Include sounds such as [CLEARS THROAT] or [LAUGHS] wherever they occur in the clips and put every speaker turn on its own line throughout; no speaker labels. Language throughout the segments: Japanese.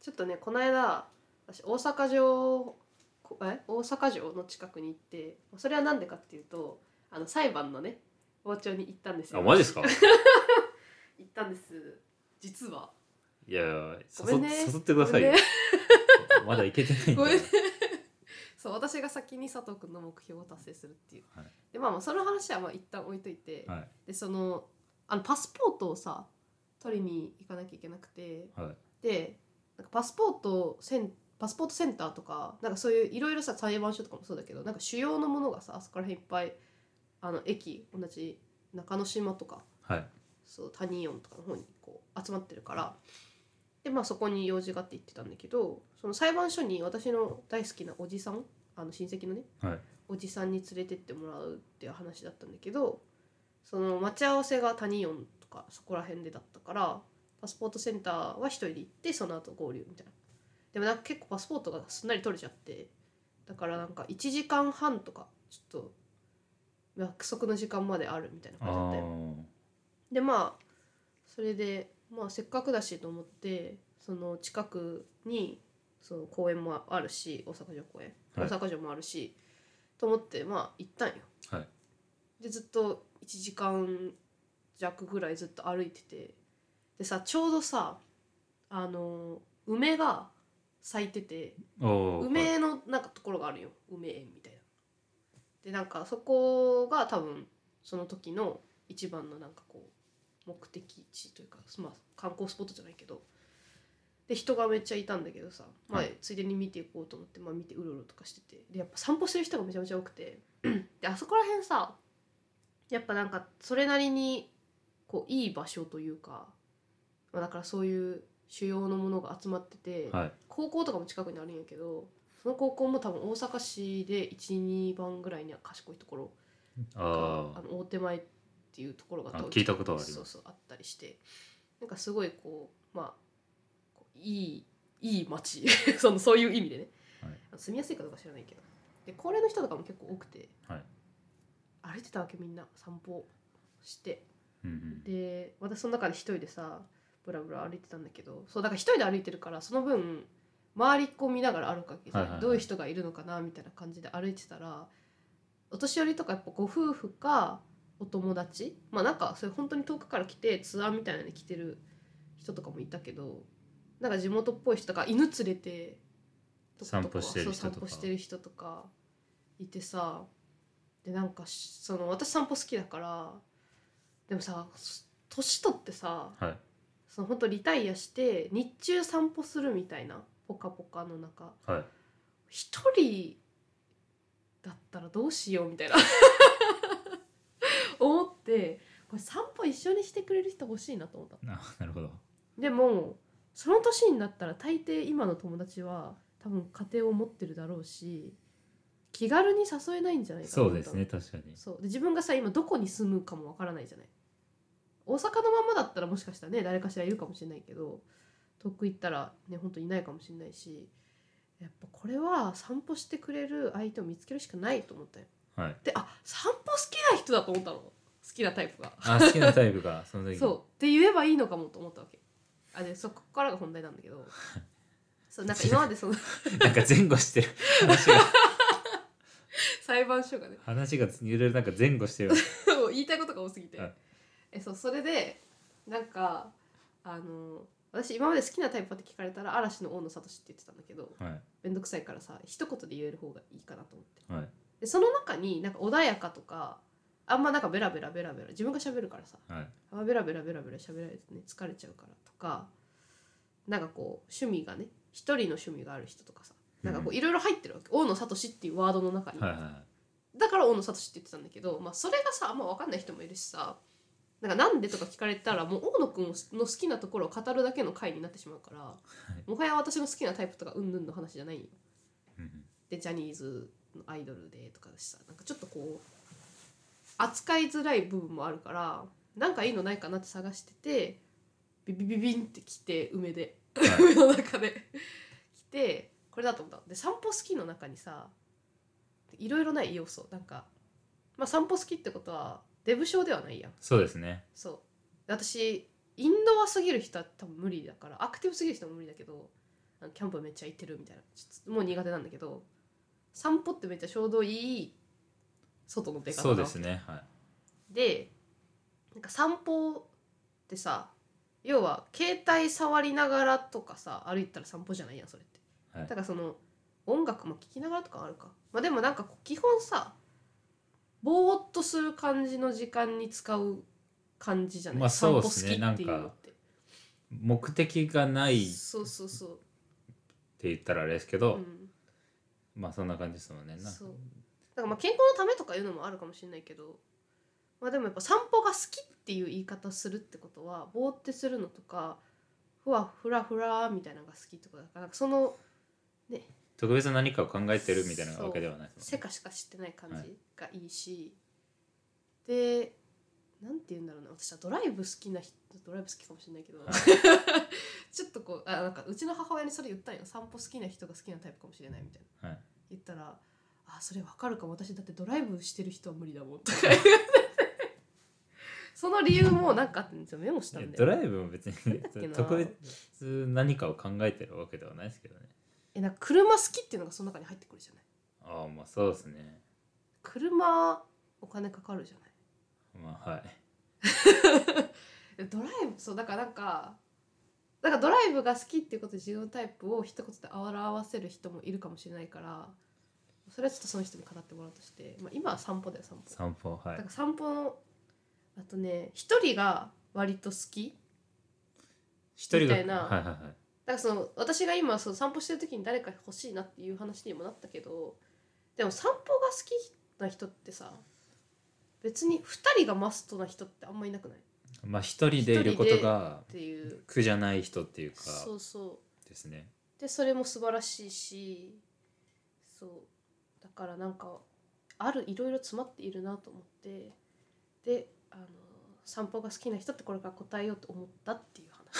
ちょっとねこの間私大阪城こえ大阪城の近くに行ってそれは何でかっていうとあの裁判のね傍聴に行ったんですよ
あマジですか
行ったんです実はい
や誘
ごめんね
誘ってくださいよ、
ね
まだいけてないん
ご
だ
めんねそう私が先に佐藤君の目標を達成するっていう、
はい
でまあまあその話はまあ一旦置いといて、
はい
でそのあのパスポートをさ取りに行かなきゃいけなくて、
は
でなんかパスポートセンパスポートセンターとかなんかそういういろいろさ裁判所とかもそうだけどなんか主要のものがさあそこら辺いっぱいあの駅同じ中之島とか
はい
そうタニーオンとかの方にこう集まってるからでまあそこに用事があって行ってたんだけどその裁判所に私の大好きなおじさんあの親戚のね、
はい
おじさんに連れてってもらうっていう話だったんだけどその待ち合わせがタニーオンとかそこら辺でだったからパスポートセンターは一人で行ってその後合流みたいなでもなんか結構パスポートがすんなり取れちゃってだからなんか1時間半とかちょっと約束の時間まであるみたいな
あ
感じだったよ
ー
でまあそれで、まあ、せっかくだしと思ってその近くにその公園もあるし大阪城公園、
はい
大阪城もあるしと思ってまあ行ったんよ。
はい
でずっと1時間弱ぐらいずっと歩いててでさちょうどさあの梅が咲いてて
おーはい
梅のなんかところがあるよ梅園みたいな。でなんかそこが多分その時の一番のなんかこう目的地というか、まあ、観光スポットじゃないけどで人がめっちゃいたんだけどさ、まあ
はい、
ついでに見ていこうと思って、まあ、見てうろうろとかしててでやっぱ散歩してる人がめちゃめちゃ多く
[CLEARS THROAT]
てであそこら辺さやっぱなんかそれなりにこういい場所というか、まあ、だからそういう主要のものが集まってて。
はい
高校とかも近くにあるんやけどその高校も多分大阪市で12番ぐらいには賢いところ
あ
あの大手前っていうところが
あ
多分
聞いたことはあります
そうそうあったりしてなんかすごいこうまあこういいいい街 [LAUGHS] そのそういう意味でね、
はい
住みやすいかどうか知らないけどで高齢の人とかも結構多くて、
はい
歩いてたわけみんな散歩して
ーうん
で私その中で一人でさブラブラ歩いてたんだけどそうだから一人で歩いてるからその分周りこう見ながら歩くわけじゃん、
はいはいはい
どういう人がいるのかなみたいな感じで歩いてたらお年寄りとかやっぱご夫婦かお友達まあなんかそれ本当に遠くから来てツアーみたいなのに来てる人とかもいたけどなんか地元っぽい人とか犬連れてとかとか
散歩して
そ
る人とか
う散歩してる人とかいてさでなんかしその私散歩好きだからでもさす年取ってさ
うんはい
その本当リタイアして日中散歩するみたいなポカポカの中
はい
一人だったらどうしようみたいな [LAUGHS] 思ってこれ散歩一緒にしてくれる人欲しいなと思った
あなるほど
でもその年になったら大抵今の友達は多分家庭を持ってるだろうし気軽に誘えないんじゃないかな
そ
と
うですね確かに
そうで自分がさ今どこに住むかもわからないじゃない大阪のままだったらもしかしたらね誰かしらいるかもしれないけど遠く行ったらねほんといないかもしれないしやっぱこれは散歩してくれる相手を見つけるしかないと思ったよ
はい
であ散歩好きな人だと思ったの好きなタイプが
あ好きなタイプがその時に
そうって言えばいいのかもと思ったわけあでそこからが本題なんだけどそうなんか今までその [LAUGHS]
なんか前後してる話が
裁判所がね
話がいろいろなんか前後してる
もう言いたいことが多すぎて、
はい
えそうそれでなんかあの私今まで好きなタイプはって聞かれたら嵐の大野聡って言ってたんだけど
はい
めんどくさいからさ一言で言える方がいいかなと思って
はい
でその中になんか穏やかとかあんまなんかベラベラベラベラ自分が喋るからさ
はい
あんまベラベラベラベラ喋られてね疲れちゃうからとかなんかこう趣味がね一人の趣味がある人とかさなんかこういろいろ入ってるわけ、大野聡っていうワードの中に、
はいは
だから大野聡って言ってたんだけど、まあ、それがさあんま分かんない人もいるしさなんかなんでとか聞かれたらもう大野くんの好きなところを語るだけの回になってしまうから、
い
もはや私の好きなタイプとかうんぬんの話じゃないよ。
いうん
でジャニーズのアイドルでとかだしさなんかちょっとこう扱いづらい部分もあるからなんかいいのないかなって探しててビビビビンって来て梅で、
はい
梅の中で来てこれだと思ったで散歩好きの中にさいろいろない要素なんかまあ散歩好きってことはデブ症ではないやん
そうですね
そう私インドアすぎる人は多分無理だからアクティブすぎる人も無理だけどあのキャンプめっちゃ行ってるみたいなちょっともう苦手なんだけど散歩ってめっちゃちょうどいい外の出方
そう
な
で
わけ
すねはい
でなんか散歩ってさ要は携帯触りながらとかさ歩いたら散歩じゃないやんそれって、
はい
だからその音楽も聴きながらとかあるかまあでもなんかこう基本さぼーっとする感じの時間に使う感じじゃない、
まあそうっす
散
ね
歩好きっていう
な
の
ん
っ
か
て
目的がないっ
そうそうそう、
て言ったらあれですけ
う
ど、
ん、
まあそんな感じですもんねなんか
そうだからまあ健康のためとかいうのもあるかもしれないけどまあでもやっぱ散歩が好きっていう言い方するってことはぼーってするのとかふわふらふらみたいなのが好きってことだからなんかその
特別何かを考えてるみたいなわけではないです
世
もんね
界しか知ってない感
はい
じがいいし、でなんて言うんだろうな私はドライブ好きな人ドライブ好きかもしれないけど、
は
[LAUGHS] ちょっとこうあなんかうちの母親にそれ言ったんよ散歩好きな人が好きなタイプかもしれないみたいな。
はい
言ったら「あそれわかるかも私だってドライブしてる人は無理だもん」 [LAUGHS] とかその理由もなんかあったんですよメモした
いや
んだ
ド
よ
ライブも別に
だ [LAUGHS] っけな
特別何かを考えてるわけではないですけどね
えなんか車好きっていうのがその中に入ってくるじゃない
ああまあそうですね
車お金かかる [LAUGHS] じゃない
まあはい
えドライブそうだからなんかなんかドライブが好きっていうことで自分のタイプを一言で表せる人もいるかもしれないからそれはちょっとその人に語ってもらうとして、まあ、今は散歩だよ散歩
散歩は
だ
い
から散歩のあとね一人が割と好き
一人
み
が
たいな
はいはいはい
だからその私が今その散歩してる時に誰か欲しいなっていう話にもなったけどでも散歩が好きな人ってさ別に2人がマストな人ってあんまいなくないっ
まあ一人でいることが
ていう
苦じゃない人っていうか
そうそ
ですね
うでそれも素晴らしいしそうだからなんかあるいろいろ詰まっているなと思ってであの散歩が好きな人ってこれから答えようと思ったっていう話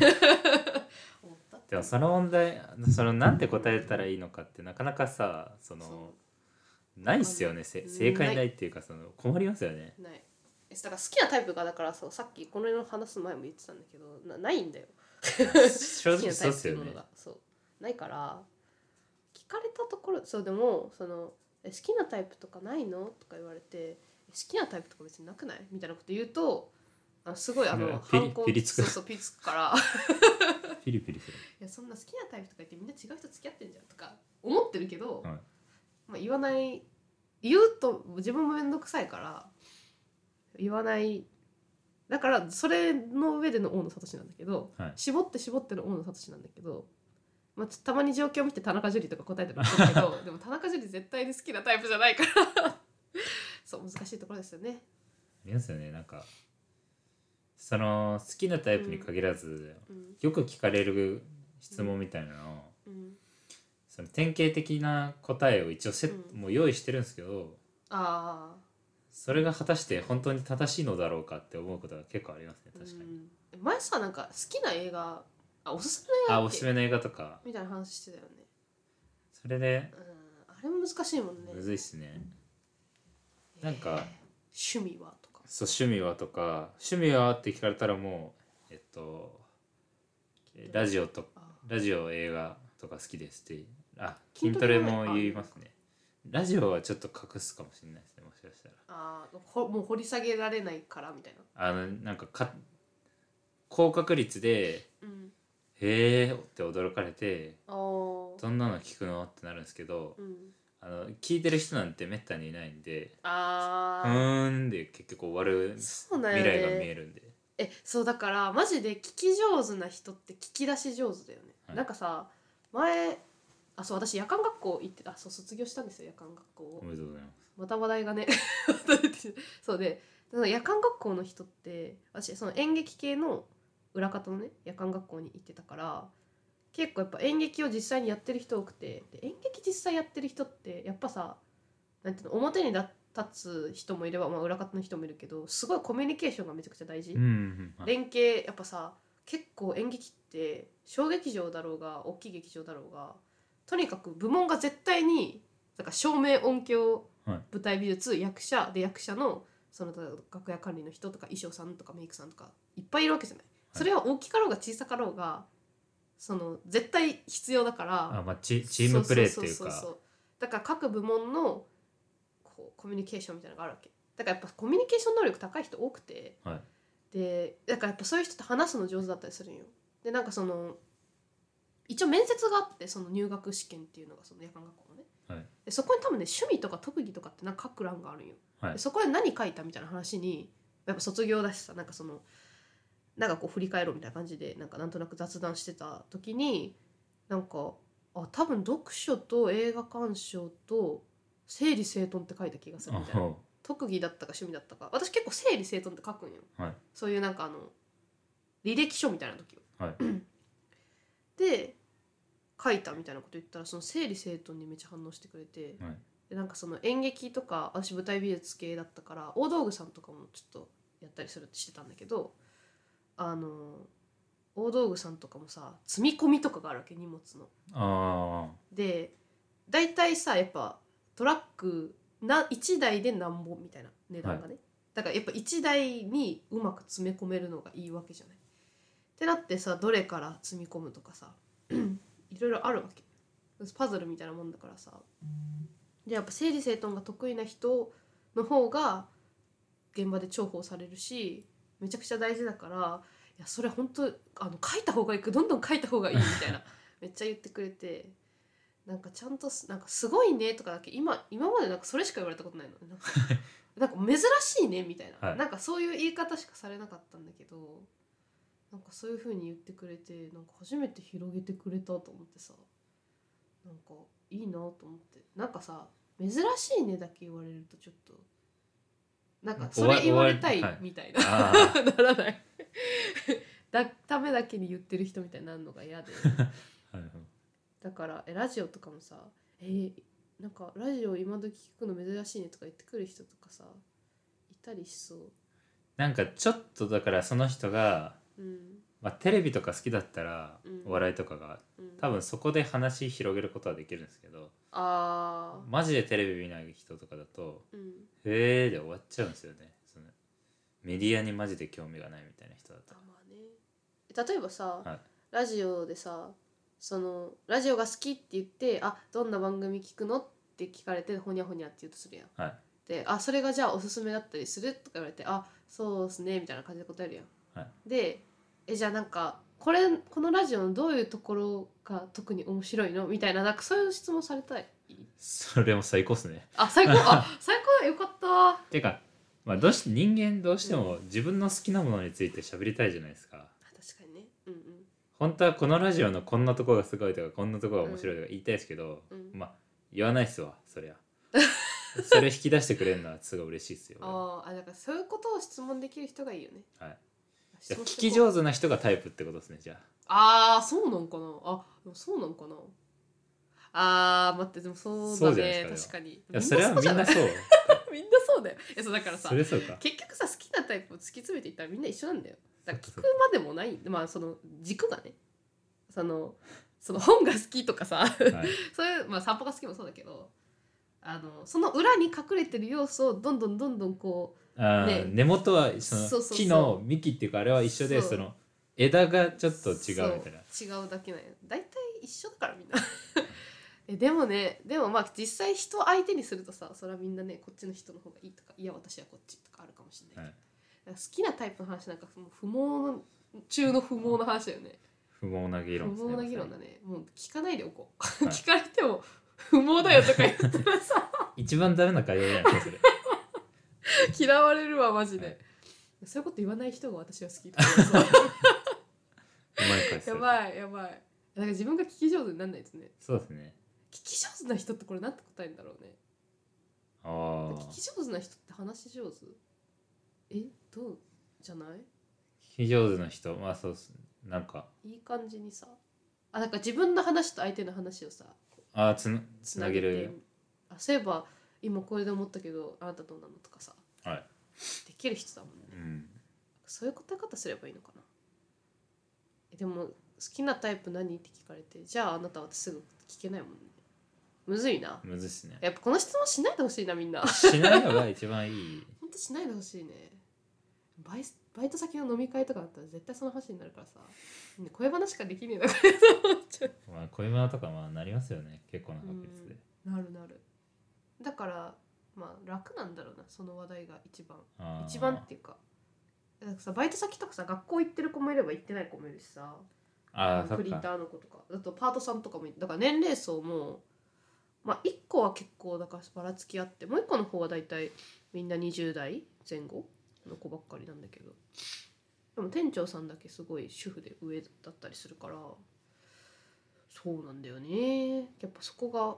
[LAUGHS]
思ったって
で
い
も
う
その問題そのなんて答えたらいいのかってなかなかさその
そ
ないっすよねせ正解な
ない
っていうかその困りますよ
[LAUGHS]
ね
ないえだから好きなタイプがだからそうさっきこのの話す前も言ってたんだけどなないんだよ
正
好きなタイ
直そうっ
プっ
す
てい
よ
うも
ね
のがそうないから聞かれたところそうでもそのえ好きなタイプとかないのとか言われて好きなタイプとか別になくないみたいなこと言うとあすごいあ
いや
の
[LAUGHS] ピリ
反抗
ピリつ
そ
く
うそうピリつくからい
ピリピリする
やそんな好きなタイプとか言ってみんな違う人付き合ってんじゃんとか思ってるけど、
はい
まあ、言わない言うと自分も面倒くさいから言わないだからそれの上での大野聡なんだけど、
はい
絞って絞っての大野聡なんだけど、まあ、ちょたまに状況を見て田中樹とか答えてるんだけ
[LAUGHS]
どでも田中樹絶対に好きなタイプじゃないから [LAUGHS] そう難しいところですよね。
ありますよねなんかその好きなタイプに限らず、
うん
よく聞かれる質問みたいなのを、
うん、
その典型的な答えを一応セット、
うん
もう用意してるんですけど
ああ
それが果たして本当に正しいのだろうかって思うことが結構ありますね確かに、
うん、前さなんか好きな映画あおすすめの映
あ
画だ
お
っ
す
け
すめの映画とか
みたいな話してたよね。
それで
うん、あれも難しいもんね。
むずいっすねなんか
趣味はとか
そう趣味はとか趣味はって聞かれたらもうえっとラジオと
あ
ラジオ映画とか好きですってあ筋
筋
ト
ト
レ
レ
も
も
言いますねラジオはちょっと隠すかもしれないですねもしかしたら
あほもう掘り下げられないからみたいな、
あのなんかか高確率で
うん、
「へえ」って驚かれて
あー
どんなの聞くのってなるんですけど
うん
あの聞いてる人なんてめったにいないんで「う
あー
ーん」で結局終わる未
そうなんよ
来が見
ね
えるんで
えそうだからマジで聞き上手な人って聞き出し上手だよね、
はい
なんかさ前あそう私夜間学校行ってたあそう卒業したんですよ夜間学校を
おめでとうございます
また話題がね [LAUGHS] また出てきたそうでその夜間学校の人って私その演劇系の裏方のね夜間学校に行ってたから結構やっぱ演劇を実際にやってる人多くてで演劇実際やってる人ってやっぱさなんていうの表に立つ人もいれば、まあ、裏方の人もいるけどすごいコミュニケーションがめちゃくちゃ大事。
うんうんうんはい
連携やっぱさ結構演劇って小劇場だろうが大きい劇場だろうがとにかく部門が絶対にだから照明音響、
はい
舞台美術役者で役者のその楽屋管理の人とか衣装さんとかメイクさんとかいっぱいいるわけじゃない、
い
それは大きかろうが小さかろうがその絶対必要だから
あまあチチームプレーっていう
そそそそ
か
そだから各部門のこうコミュニケーションみたいなのがあるわけだからやっぱコミュニケーション能力高い人多くて、
は
でだからやっぱそういう人と話すの上手だったりするんよでなんかその一応面接があってその入学試験っていうのがその夜間学校のね、
はい
でそこに多分ね趣味とか特技とかってなんか書く欄があるんよ、
はい
でそこで何書いたみたいな話にやっぱ卒業だしさなんかそのなんかこう振り返ろうみたいな感じでなんかなんとなく雑談してた時になんかあ多分読書と映画鑑賞と整理整頓って書いた気がするみたいな
おう
特技だったか趣味だったか私結構整理整頓って書くんよ、
はい
そういうなんかあの履歴書みたいな時を、
はい
[CLEARS THROAT] で書いたみたいなこと言ったらその整理整頓にめっちゃ反応してくれて、
はい
でなんかその演劇とか私舞台美術系だったから大道具さんとかもちょっとやったりするってしてたんだけどあの大道具さんとかもさ積み込みとかがあるわけ荷物の。
あ
で大体さやっぱトラックな1台で何本みたいな値段がね、だからやっぱ1台にうまく詰め込めるのがいいわけじゃない。ってなってさどれから積み込むとかさ [CLEARS THROAT] いろいろあるわけパズルみたいなもんだからさでやっぱ整理整頓が得意な人の方が現場で重宝されるしめちゃくちゃ大事だからいやそれ本当あの書いた方がいいどんどん書いた方
[LAUGHS]
がいいみたいなめっちゃ言ってくれてなんかちゃんとすなんかすごいねとかだけ今今までなんかそれしか言われたことないのなん
[LAUGHS]
かなんか珍しいねみたいな、
はい
なんかそういう言い方しかされなかったんだけどなんかそういう風に言ってくれてなんか初めて広げてくれたと思ってさなんかいいなと思ってなんかさ珍しいねだけ言われるとちょっとなんかそれ言われたい
終わりはい
みたい
あ
な、
あ
ならない [LAUGHS] だためだけに言ってる人みたいになるのが嫌で
あはいはい
だからえラジオとかもさ「えーなんかラジオ今時聞くの珍しいね」とか言ってくる人とかさいたりしそう
なんかちょっとだからその人が、
うん
まあ、テレビとか好きだったら、
うん
お笑いとかが
うん
多分そこで話広げることはできるんですけど
あ
マジでテレビ見ない人とかだと
ーうん
「へえ」で終わっちゃうんですよねそのメディアにマジで興味がないみたいな人だと
あまあね例えばさ、
はい
ラジオでさそのラジオが好きって言って「あどんな番組聞くの?」って聞かれて「ほにゃほにゃ」って言うとするやん。
はい
で「あそれがじゃあおすすめだったりする?」とか言われて「あそうですね」みたいな感じで答えるやん。
は
でえじゃあなんかこれこのラジオのどういうところが特に面白いのみたいななんかそういう質問されたい。
それも最高っすね
あ最高
[LAUGHS]
あ最高よかった。
てか、まあ、どうして人間どうしても自分の好きなものについて喋りたいじゃないですか
確かにね。うん
本当はこのラジオのこんなとこがすごいとかこんなとこが面白いとか言いたいですけど、
うんうん。
まあ言わないっすわそり [LAUGHS] ゃそれ引き出してくれるのはすごい嬉しいっすよ俺は
あーあだからそういうことを質問できる人がいいよね。
はい
質
じゃあ
問し
聞
てこう
き上手な人がタイプってことですねじゃ
ああそうなんかなあでもそうなんかなあー待ってでもそう
そう
だ
じゃない
ね
です
確かに
あいやそれはみんなそう
みんなそうだよえそうだからさ
それそう [LAUGHS] か
結局さ好きなタイプを突き詰めていったらみんな一緒なんだよだから聞くまでもないまあその軸がねそのその本が好きとかさ、
はい
[LAUGHS] そういう、まあ、散歩が好きもそうだけどあのその裏に隠れてる要素をどんどんどんどんこう
あー
ね
根元は
そ
そ
うそう
の
そう
木の幹っていうかあれは一緒で
そう
その枝がちょっと違うみたいな
そう違うだけなんよ大体一緒だからみんな [LAUGHS] えでもねでもまあ実際人を相手にするとさそれはみんなねこっちの人の方がいいとかいや私はこっちとかあるかもしれない、
はい
だから好きなタイプの話なんかもう不毛の中の不毛の話だよね
不毛な議論です
不
ね
毛な議論だねもう聞かないでおこ
[LAUGHS]
う、
はい
聞かれても不毛だよとか言ったらさ [LAUGHS]
一番ダメな会話じゃないですか
嫌われるわマジで、
はい
そういうこと言わない人が私は好きとかさ
それうまい会話 [LAUGHS] す
や
る
ばいやばいだから自分が聞き上手にならないですね
そうですね
聞き上手な人ってこれなんて答えるんだろうね
ああ
聞き上手な人って話し上手えどうじゃない
聞き上手な人まあそうっすなんか
いい感じにさあなんか自分の話と相手の話をさ
あーつなつなげ
げて
る
あそういえば今これで思ったけどあなたどうなのとかさ
はい
できる人だもんね
うん
そういう答え方すればいいのかなえでも好きなタイプ何って聞かれてじゃああなたはってすぐ聞けないもんねむずいな
むずいっすね
[LAUGHS] やっぱこの質問しないでほしいなみんな
しないのが一番いい
ほんとしないでほしいね倍バイト先の飲み会とかだったら絶対その話になるからさね恋話しかできねえな
まあ恋バナとかまあなりますよね結構な確率で、
なるなるだからまあ楽なんだろうなその話題が一番
あー
一番っていうかだからさバイト先とかさ学校行ってる子もいれば行ってない子もいるしさ
あーそ
プリ
っ
ン
か
ターの子とかあとパートさんとかもいだから年齢層もまあ1個は結構だからばらつきあってもう1個の方は大体みんな20代前後の子ばっかりなんだけどでも店長さんだけすごい主婦で上だったりするからそうなんだよねやっぱそこが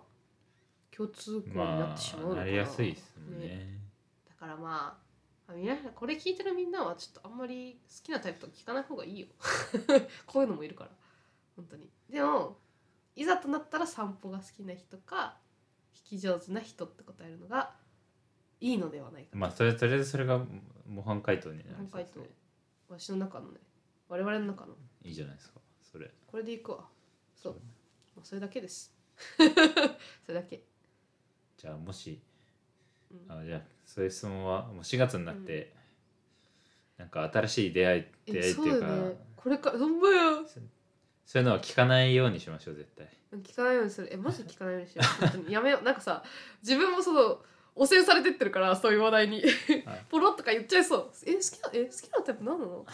共通項にな
ま
ってしまうの
あ
かな,、
なりやすいですもんね
だからまあみんなこれ聞いてるみんなはちょっとあんまり好きなタイプとか聞かない方がいいよ [LAUGHS] こういうのもいるから本当にでもいざとなったら散歩が好きな人か引き上手な人って答えるのがいいのではないかと、
まあそれとりあえずそれが模範解答になり
今
そう
回
です
と
ね
私の中のね我々の中の
いいじゃないですかそれ
これでいくわそう
そう
もうそれだけです [LAUGHS] それだけ、
じゃあもし
うん
あじゃあそういう質問はもう4月になって、なんか新しい出会い出会いって
そう
いう
だ
か
よねこれからんまよ
そういうのは聞かないようにしましょう絶対
聞かないようにするえマジで聞かないようにしよう本当にやめようなんかさ自分もその汚染されてってるからそういう話題にポロッとか言っちゃいそうえ好きなえ好きなタイプ何な
[LAUGHS]
の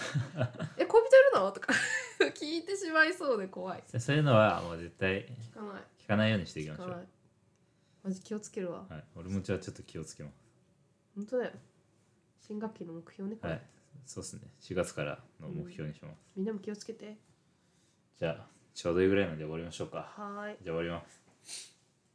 え恋人いるのとか [LAUGHS] 聞いてしまいそうで怖い
そういうのはもう絶対
聞かない
聞かないようにしていき
聞
ましょ
か
う
ないマジ気をつけるわ
はい、俺もじゃあちょっと気をつけます
本当だよ新学期の目標ねこれ、
はいそうですね4月からの目標にします、
みんなも気をつけて
じゃあちょうどいいぐらいなんで終わりましょうか
はーい
じゃあ終わります